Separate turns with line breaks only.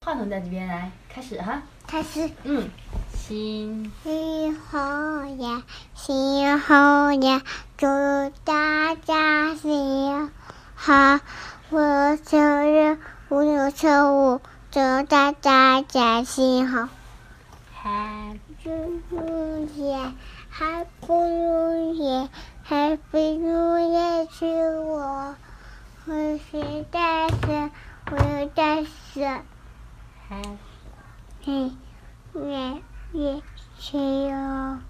话筒在这边来，开始哈。
开始。
嗯，新
雨后呀，雨后呀，祝大家幸福。我生日五六七五，祝大家假期好。
Happy
祝祝姐，Happy New Year，Happy New Year 是我，我是大学，我是大学，
Happy
嘿，月月七哦。